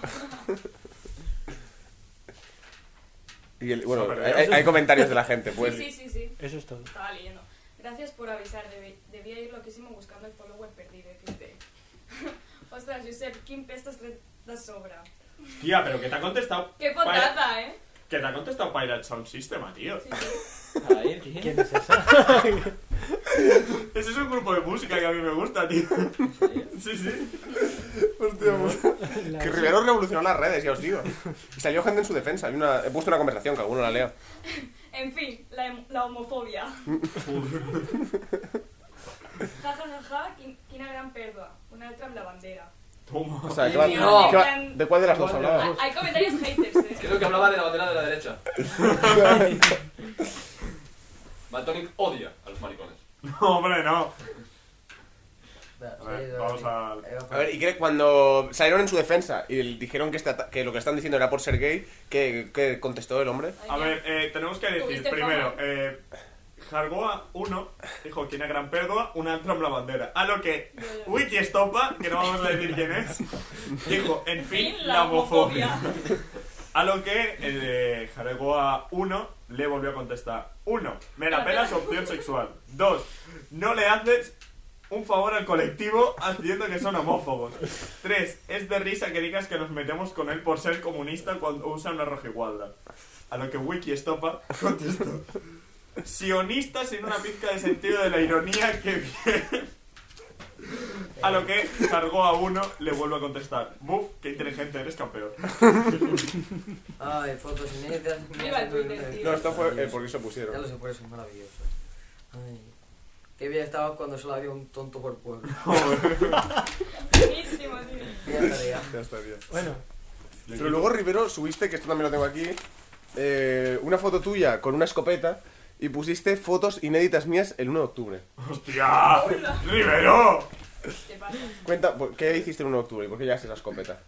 Y el- bueno, Sobre- hay, hay comentarios de la gente, pues. Sí, sí, sí, sí. Eso es todo. Estaba leyendo. Gracias por avisar. debe- debía ir loquísimo buscando el follower perdido. XD. Ostras, Josep, ¿quién pestas de sobra? Tía, pero que te ha contestado. ¡Qué Pirate- potata, eh! Que te ha contestado Pirate Sound System, tío. Sí, sí. Para ir, ¿quién? ¿Quién es esa? Ese es un grupo de música que a mí me gusta, tío. Sí, sí. La- Que Rivero revolucionó las redes, ya os digo. Y salió gente en su defensa. Hay una, he puesto una conversación que alguno la lea. En fin, la, hem- la homofobia. ja, ja, ja, ja, quin- quina gran pérdua. Una altra amb la bandera. Toma. O sea, Ay, que va- Dios. que va- ¿De cuál de las dos hablaba? Hay, hay comentarios haters, eh. Creo que hablaba de la bandera de la derecha. Baltonic odia a los maricones. No, hombre, no. A ver, vamos a. A ver, y que cuando salieron en su defensa y el- dijeron que, este ata- que lo que están diciendo era por ser gay, que, que contestó el hombre. Ay, A mira. ver, eh, tenemos que decir Tuviste primero, fama. eh, Jargoa 1 dijo que una gran pérdida, una altra en la bandera. A lo que Yo, yo. Wiki Estopa, que no vamos a decir quién es, dijo, en fin, Fin, la homofobia. A lo que eh, Jargoa 1 le volvió a contestar. 1. Me la pelas opción sexual. 2. No le haces un favor al colectivo haciendo que son homófobos. 3. Es de risa que digas que nos metemos con él por ser comunista cuando usa una rojigualda. A lo que Wiki Estopa contestó. Sionista sin una pizca de sentido de la ironía que bien. A lo que cargó a uno, le vuelvo a contestar. Buf, qué inteligente eres, campeón. Ay, fotos este, inéditas. Viva el Twitter, tío. No, esto fue eh, Maravilloso. porque se Ya lo pusieron. sé, por eso es maravilloso. Ay. Qué bien estabas cuando solo había un tonto por pueblo. Buenísimo, tío. Ya estaría. Ya está bien. Bueno, Pero luego, Rivero, subiste, que esto también lo tengo aquí, eh, una foto tuya con una escopeta y pusiste fotos inéditas mías el 1 de octubre. ¡Hostia! ¡Rivero! ¿Qué pasa? Cuenta, ¿por ¿qué hiciste el 1 de octubre y por qué llevaste esa escopeta?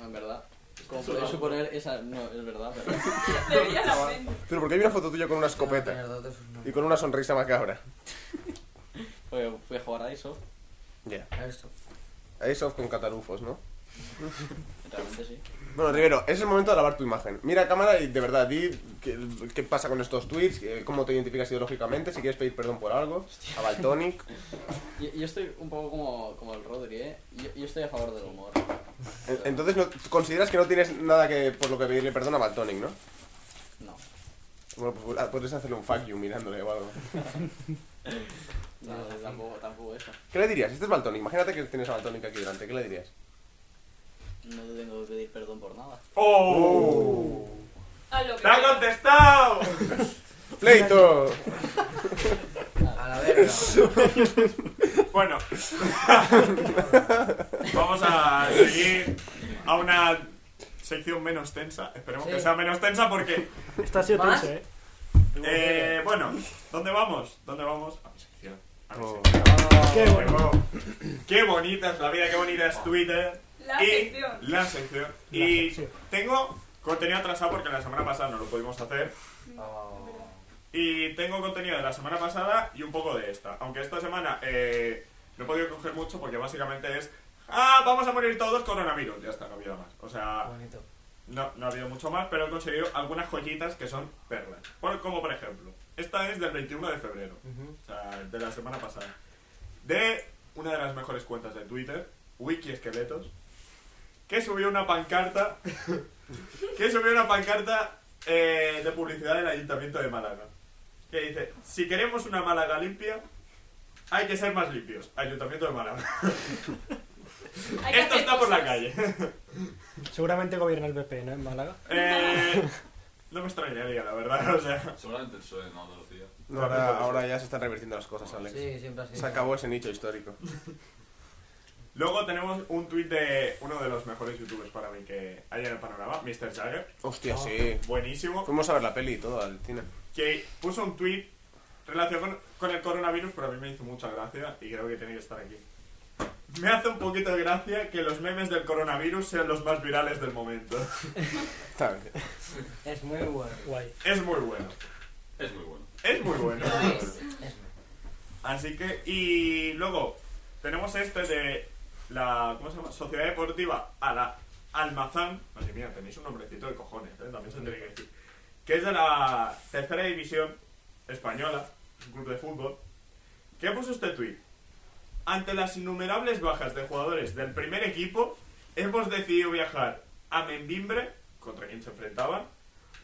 En verdad. Como podéis suponer, esa no es verdad, pero. Debería la mente. Pero porque hay una foto tuya con una Ya, escopeta tener datos, no. y con una sonrisa macabra. Fue- Fui a jugar a eso, Ya. A ver esto. Airsoft con catarufos, ¿no? realmente sí. Bueno, Rivero, es el momento de lavar tu imagen. Mira a cámara y de verdad, di qué, qué pasa con estos tweets, eh, cómo te identificas ideológicamente, si quieres pedir perdón por algo, a Baltonic. Yo, yo estoy un poco como, como el Rodri, ¿eh? Yo, yo estoy a favor del humor. En- Entonces, no, consideras que no tienes nada que por lo que pedirle perdón a Baltonic, ¿no? No. Bueno, pues ah, podrías hacerle un fuck you mirándole o algo. No, tampoco, tampoco eso. ¿Qué le dirías? Este es Baltonic. Imagínate que tienes a Baltonic aquí delante. ¿Qué le dirías? No te tengo que pedir perdón por nada. ¡Oh! Haz Ah, lo que ¡Te ha quieras. contestado! ¡Oh! ¡Pleito! A la verga. Bueno, vamos a seguir a una sección menos tensa. Esperemos que Sí. sea menos tensa porque, esta ha sido ¿Más? tensa, ¿eh? eh, bueno, ¿dónde vamos? ¿Dónde vamos? A mi sección. A mi Oh. sección. Qué bueno. Qué bonita es la vida, qué bonita es Twitter. La y sección. La sección. La Y sección. tengo contenido atrasado porque la semana pasada no lo pudimos hacer. Oh. Y tengo contenido de la semana pasada y un poco de esta. Aunque esta semana eh, no he podido coger mucho porque básicamente es. ¡Ah! Vamos a morir todos coronavirus. Ya está, no ha habido más. O sea, Bonito. no, no ha habido mucho más, pero he conseguido algunas joyitas que son perlas. Por- como por ejemplo, esta es del 21 de febrero. Ujú. O sea, de la semana pasada. De una de las mejores cuentas de Twitter, Wiki Esqueletos, que subió una pancarta. que subió una pancarta eh, de publicidad del Ayuntamiento de Málaga. Que dice: Si queremos una Málaga limpia, hay que ser más limpios. Ayuntamiento de Málaga. Hay que Esto hacer está por la cosas. calle. Seguramente gobierna el PP, ¿no? En Málaga. Eh, no me extrañaría, la verdad. O sea. Seguramente el PSOE en Andalucía. No, ahora, ahora ya se están revirtiendo las cosas, Alex. Sí, siempre así. Se acabó ese nicho histórico. Luego tenemos un tuit de uno de los mejores youtubers para mí que hay en el panorama, Mr. Jagger. Hostia, sí. Buenísimo. Fuimos a ver la peli y todo al cine. que puso un tweet relacionado con, con el coronavirus, pero a mí me hizo mucha gracia y creo que tiene que estar aquí. Me hace un poquito de gracia que los memes del coronavirus sean los más virales del momento. Está bien. Es muy bueno. Guay. Es muy bueno. Es muy bueno. Es muy bueno. Lo es. Es muy Así que, y luego tenemos este de la ¿cómo se llama? Sociedad Deportiva a la Almazán. Madre mía, tenéis un nombrecito de cojones, ¿eh? también se tiene que decir. Que es de la tercera división española, un club de fútbol. ¿Qué puso este tuit? Ante las innumerables bajas de jugadores del primer equipo, hemos decidido viajar a Mendimbre, contra quien se enfrentaban,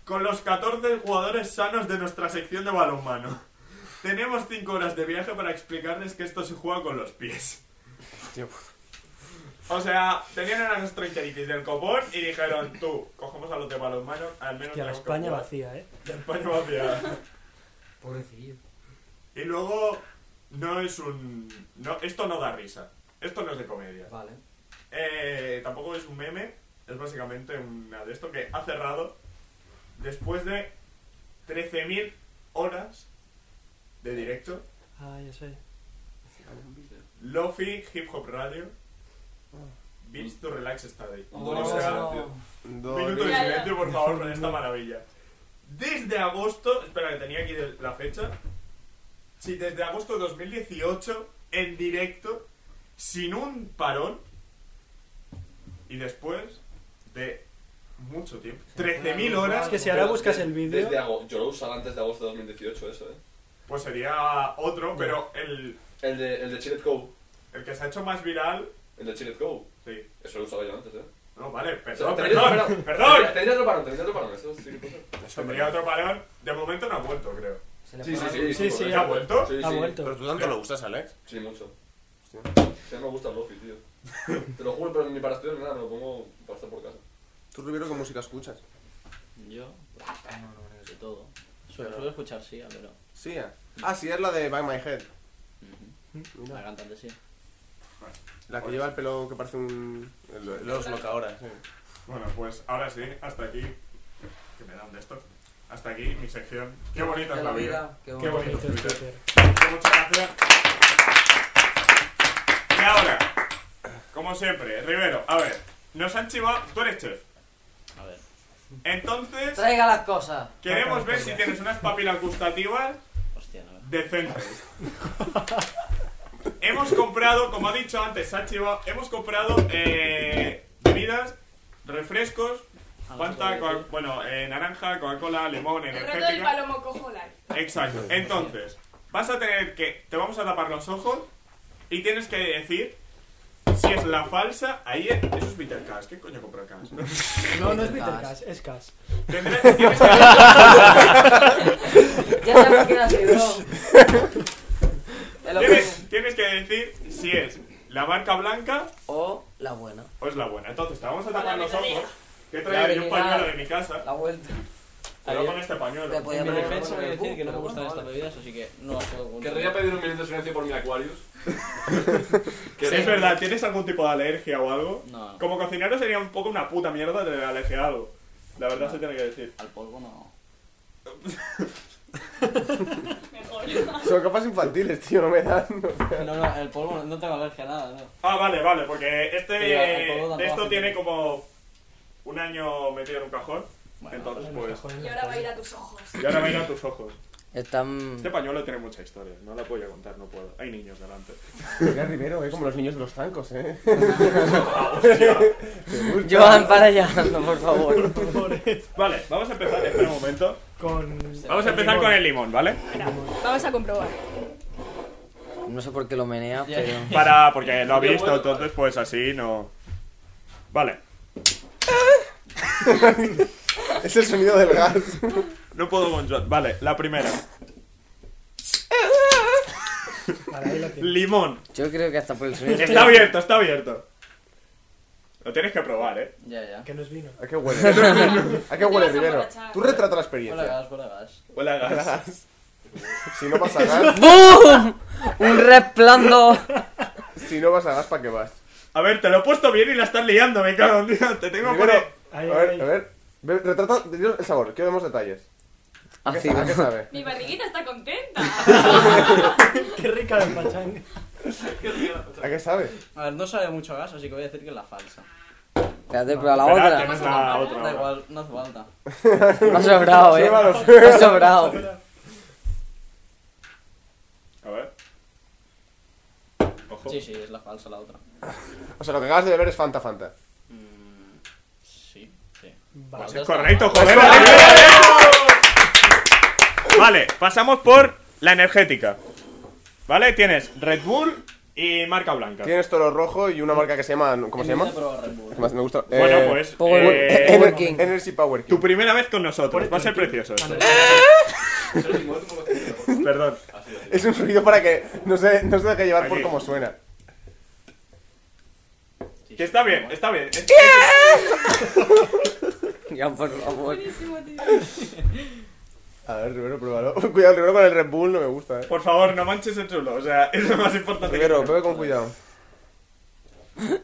con los 14 jugadores sanos de nuestra sección de balonmano. Tenemos 5 horas de viaje para explicarles que esto se juega con los pies. Tío, puto. O sea, tenían unas gastroenteritis del copón y dijeron, tú, cogemos a los de balonmano, al menos... Hostia, la tenemos que España jugar". vacía, ¿eh? La España vacía. Pobrecillo. Y luego, no es un... No, esto no da risa. Esto no es de comedia. Vale. Eh, tampoco es un meme, es básicamente una de esto que ha cerrado después de 13.000 horas de directo. Ah, ya sé. Lofi Hip Hop Radio. Beats to Relax Study. Oh, Un O doloroso sea, silencio. minuto de Ya, ya. silencio, por favor, con esta maravilla. Desde agosto, espera que tenía aquí de- la fecha. Sí, desde agosto de 2018, en directo, sin un parón. Y después de mucho tiempo, 13.000 horas, Es que si ahora Pero buscas de- el vídeo. Desde ago- yo lo usaba antes de agosto de 2018, eso, ¿eh? pues sería otro, pero el, El de, el de Chillet Cove. El que se ha hecho más viral. El de Chillet Cove. Sí. Eso lo usaba yo antes, ¿eh? No, vale, O sea, perdón, tendría- perdón, pero- perdón. Tendría tendría otro parón, tendría otro parón. Eso sí que puede ser. Tendría otro parón. De momento no ha vuelto, creo. Se le Sí, sí, paga. sí. Sí, sí, correcto. ¿Ya ha vuelto? Sí, Ha sí. vuelto. Pero tú tanto lo usas, Alex. Sí, mucho. Ya me gusta el Lofi, tío. Te lo juro, pero ni para estudiar ni nada, me lo pongo para estar por casa. Tú, Rivero, ¿qué música escuchas? Yo, Ah, de todo. Suelo, suelo escuchar sí, pero Sí, ah. Ah, sí, es la de Back My Head. la cantante sí. La que lleva el pelo que parece un... el- Los loca ahora, sí. Bueno, pues ahora sí, hasta aquí. Que me dan de esto. Hasta aquí mi sección. Qué bonita es De la la vida. vida, Qué qué bonito es Twitter. Twitter. Muchas gracias. Y ahora, como siempre, Rivero, a ver, nos han chivado. Tú eres chef. A ver. Entonces, Traiga las cosas. queremos ver si tienes unas papilas gustativas Hostia, no. decentes. hemos comprado, como ha dicho antes Sachiva, hemos comprado eh, bebidas, refrescos, Ah, Fanta, sí. Coca- bueno, eh, naranja, Coca-Cola, limón, El reto del energética. palomo cojo light. Exacto. Entonces, vas a tener que, te vamos a tapar los ojos y tienes que decir si es la falsa. Ahí es, eso es Bitter Cash. ¿Qué coño compra Cash? No, no es Bitter Bitter Cash. Cash, es Cash. Tendrás- tienes que- Ya sabes quién ha sido. Es lo que- tienes- tienes que decir si es la marca blanca O la buena. Pues la buena. Entonces, te vamos a tapar La los ojos. verdadera. Que he traído La yo un original. pañuelo de mi casa. La vuelta. Pero Ayer- con este pañuelo. Te podía En mi poner- defensa voy poner a el decir book, que no me pero gustan bueno, estas vale. bebidas, así que no las puedo contar. Querría pedir un minuto de silencio por mi Aquarius. Si es verdad, ¿tienes algún tipo de alergia o algo? No, no. Como cocinero sería un poco una puta mierda tener alergia a algo. La verdad se tiene que decir. Al polvo no. Mejor. Son capas infantiles, tío, no me dan. No, no, el polvo no, no tengo alergia a nada, no. Ah, vale, vale, porque este. Sí, al polvo tampoco de esto hace tiene bien. como. un año metido en un cajón. Bueno, Entonces, pues. Y ahora va a ir a tus ojos. Y ahora mira tus ojos. Están. Este pañuelo tiene mucha historia. No la voy a contar, no puedo. Hay niños delante. Mira, Rivero, es como los niños de los zancos, eh. Joan, para allá, por favor. Vale, vamos a empezar. Espera un momento. Con... Vamos a empezar con el limón, ¿vale? Vamos a comprobar. No sé por qué lo menea, Ya. pero. Para, porque lo ha Yo visto, vuelvo. entonces pues así no. Vale, Es el sonido del gas. no puedo con John. Vale, la primera. Para ahí la tienes. Limón. Yo creo que hasta por el sonido. Está abierto, está abierto. Lo tienes que probar, eh. Ya, ya. Que no es vino. ¿A qué huele? ¿A qué huele, vas a Rivero? emborrachar. Tú retrata la Huele a experiencia. gas, huele a gas. Huele a gas. Si no vas a gas, ¡Bum! Un resplandor. si no vas a gas, ¿para qué vas? A ver, te lo he puesto bien y la estás liando, me cago en Dios. Te tengo que Rivero, poner. a Ahí, ver, ahí. a ver. Ve- Retrata dinos el sabor, que vemos detalles. ¿A qué Ácido. sabe? ¿A qué sabe? Mi barriguita está contenta. Qué rica la pachanga. ¿A qué sabe? A ver, no sabe mucho a gas, así que voy a decir que es la falsa. Espérate, pero la Espera, otra. tienes la otra. Da igual, no hace falta. No ha sobrado, eh. Llévalo. No ha sobrado. A ver. Ojo. Sí, sí, es la falsa la otra. O sea, lo que acabas de beber es Fanta Fanta. Mm, sí, sí. Vale. Pues ya está. Correcto, joder. Vale, pasamos por la energética. Vale, tienes Red Bull y marca blanca. Tienes toro rojo y una marca que se llama. ¿Cómo se En llama? mi vida he probado Red Bull. Que más me gusta. Bueno, Eh, pues. Power- eh, Ener- Power King. Energy Power King. Tu primera vez con nosotros, va a ser precioso esto. Perdón. Es un ruido para que no se, no se deje llevar por Aquí. cómo suena. Que Sí, sí, está sí, bien, bueno. está bien. Es- Ya, por favor. Buenísimo, tío. A ver, Rivero, pruébalo. Cuidado, Rivero con el Red Bull no me gusta, eh. Por favor, no manches el chulo, o sea, es lo más importante. que Rivero, tenemos. bebe con cuidado.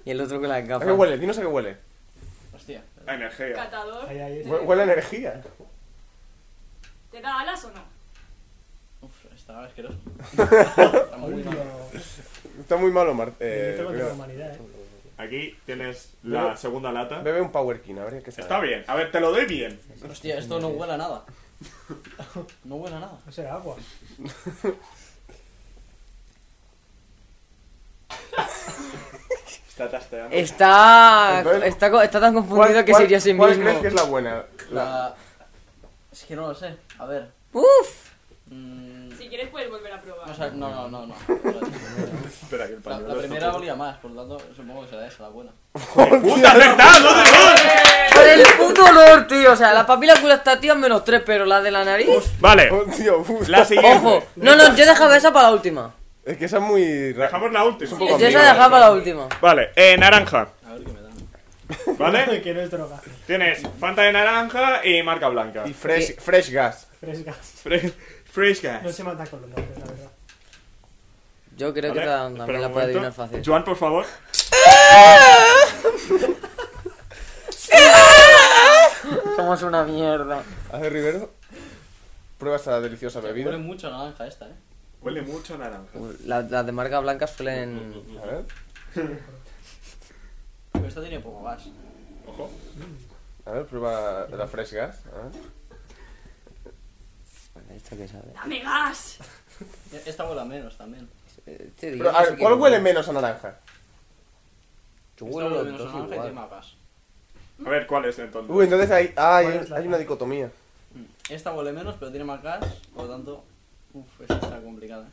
Y el otro con las ¿A qué gafas. huele? Dinos a qué huele. Hostia. La energía. Catador. Ahí, ahí. Hue- Huele a energía. ¿Te da alas o no? Uf, está asqueroso. está muy Julio. mal. Está muy malo, Mart. eh, Delito contra la Rivero. humanidad, eh. Aquí tienes la segunda lata. Bebe un Power King, a ver qué sabe. Está bien, a ver, te lo doy bien. Hostia, esto no huele a nada. No huele a nada. No será agua. Está tasteando. Eh. Está, Entonces, está. co- Está tan confundido que se cuál- iría a sí ¿Cuál mismo. crees que es la buena? La- La... Es que no lo sé. A ver. Uf. Mm, Si quieres puedes volver a probar. o sea, no, no, no, no. La- Espera, que el La, pañuelo primera olía más, por lo tanto, supongo que será esa la buena. ¡Puta, acertado! ¡No te El puto olor, tío. O sea, la papila gustativa menos 3, pero la de la nariz. Vale, Oh, Tío, puta. la siguiente. Ojo. No, no, yo dejaba esa para la última. Es que esa es muy rara. Dejamos la última. un poco Yo esa ambigua, dejaba para la última. Vale, eh, naranja. A ver qué me dan. ¿Vale? que no es droga. Tienes Fanta de naranja y marca blanca. Y fresh, fresh gas. Fresca. Fre- Fresh No Guys. se mata con los nombres, la verdad. Yo creo que Vale, esta espera también un la puede momento. adivinar fácil. Joan, por favor. Somos una mierda. A ver, Rivero. Prueba esta deliciosa Huele bebida. mucho a naranja esta, eh. Huele mucho a naranja. Las las de marca blanca suelen. A ver. Pero esta tiene poco gas. Ojo. A ver, prueba la fresh gas. A ver. ¿Esto qué sabe? ¡Dame gas! E-, Esta huele a menos también. Eh, te digo, Pero, no a sé ver, qué ¿Cuál huele. huele menos a naranja? Que Esta huelen huele los menos a dos naranja y tiene igual. más gas. A ver, ¿cuál es entonces? Uy, entonces hay, ah, hay, ¿Cuál es la hay una dicotomía. Esta huele menos, pero tiene más gas, por lo tanto. Uf, esta está complicada.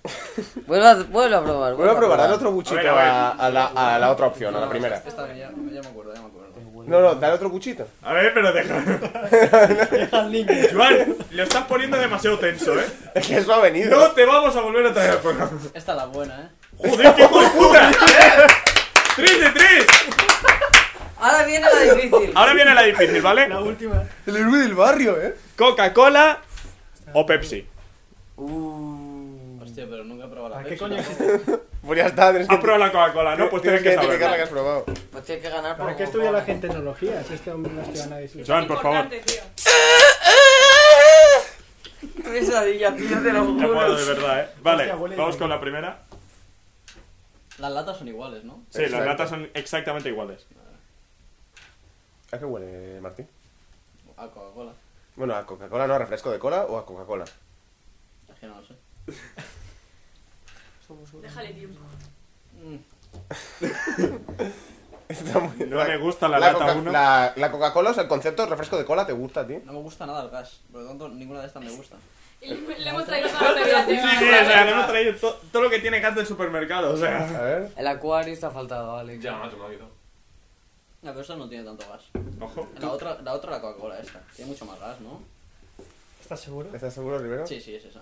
Vuelve a, vuelve a probar. Vuelvo a probar, dale otro A buchito ver, a ver. a, a la, a la otra opción, a la No, primera. Esta, esta ya, ya me acuerdo, ya me acuerdo. No, no, dale otro buchito. A ver, pero deja. Joan, lo estás poniendo demasiado tenso, ¿eh? Es que eso ha venido. No te vamos a volver a traer al programa. Esta es la buena, eh. ¡Joder, qué hijo de puta! ¡Tres de tres! Ahora viene la difícil. Ahora viene la difícil, ¿vale? La última. El héroe del barrio, eh. Coca-Cola o Pepsi. Uh. Hostia, pero nunca he probado la ¿Para qué Pepsi, coño ¿no? existe? Pues ya está, tienes que. Has probado la Coca-Cola, Ah, ¿no? Pues tienes que indicar la que saberlo. has probado. Pues tiene que ganar por ¿Para qué estudia la gente tecnología? Si este hombre no estudia nada de eso. Joan, por favor. Importante, tío. Pesadilla, tío, te lo Ya puedo, juro. de verdad, ¿eh? Vale, Hostia, huele vamos bien. con la primera. Las latas son iguales, ¿no? Sí, las Exacto. latas son exactamente iguales. ¿A qué huele, Martín? A Coca-Cola. Bueno, a Coca-Cola, no, a refresco de cola o a Coca-Cola. Es que no lo sé. Déjale tiempo. Mm, Está muy- No me gusta la lata Coca- uno. La, la Coca-Cola, o sea, el concepto de refresco de cola te gusta, tío. No me gusta nada el gas, por lo tanto ninguna de estas me gusta. Y le, le hemos traído para la realidad. Sí, sí, o sea, le hemos traído to- todo lo que tiene gas del supermercado, o sea. A ver. El acuario está faltado, vale. Ya, macho, me lo ha quitado. La pero esta no tiene tanto gas. Ojo. La otra, la otra la Coca-Cola esta. Tiene mucho más gas, ¿no? ¿Estás seguro? ¿Estás seguro, Rivero? Sí, sí, es esa.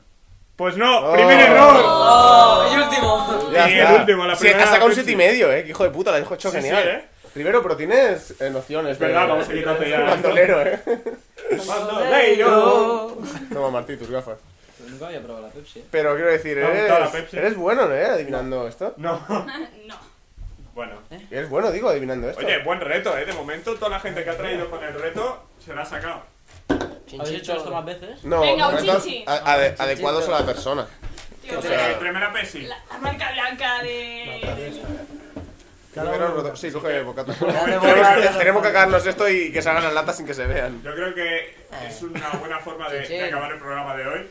Pues no, Oh. primer error. Oh, y último. Ya Y está. el último, la Sí, primera ha sacado un Pepsi. 7 y medio, eh. que Hijo de puta, la dijo hecho Sí, genial. sí, ¿eh? Rivero, pero tienes eh, nociones. Es verdad, de- vamos a quitarte ya. Bandolero, eh. Bandolero. Toma, Martín, tus gafas. Pero nunca había probado la Pepsi, ¿eh? Pero quiero decir, Me ha gustado la eres, Pepsi. eres bueno, eh, adivinando esto. No. No. Bueno. Eres bueno, digo, adivinando esto. Oye, buen reto, ¿eh? De momento, toda la gente que ha traído con el reto se la ha sacado. ¿Habéis hecho esto más veces? no, Venga, un retos chinchi. a- ade- adecuados a la persona. Tío, O la, sea, primera Pepsi. la marca blanca de... del- Rivero, roto- sí, coge bocato. Dale, Tenemos, bocato. tenemos que cagarnos esto y que salgan las latas sin que se vean. Yo creo que es una buena forma de, Chin, de chin. acabar el programa de hoy.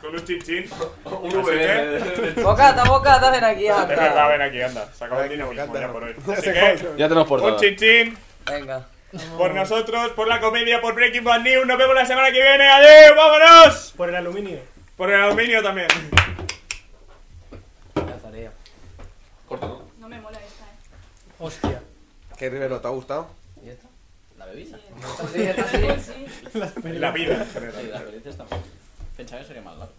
Con un chin chin. Un Así que- VN. Bocata, bocata, ven aquí, Es verdad, anda. ven aquí, anda. Se acabó el dinamismo ya por hoy. Así Se que, acabó. Ya tenemos un chin chin Venga. por nosotros, por la comedia, por Breaking Bad News. Nos vemos la semana que viene. ¡Adiós! ¡Vámonos! Por el aluminio. Por el aluminio también. La tarea. Corta, ¿no? No me mola esta, eh. Hostia. ¿Qué Rivero, te ha gustado? ¿Y esto? ¿La bebida? Sí, esto sí. Ah, Sí. La vida en general. Sí, la bebida está Pensaba que sería más larga.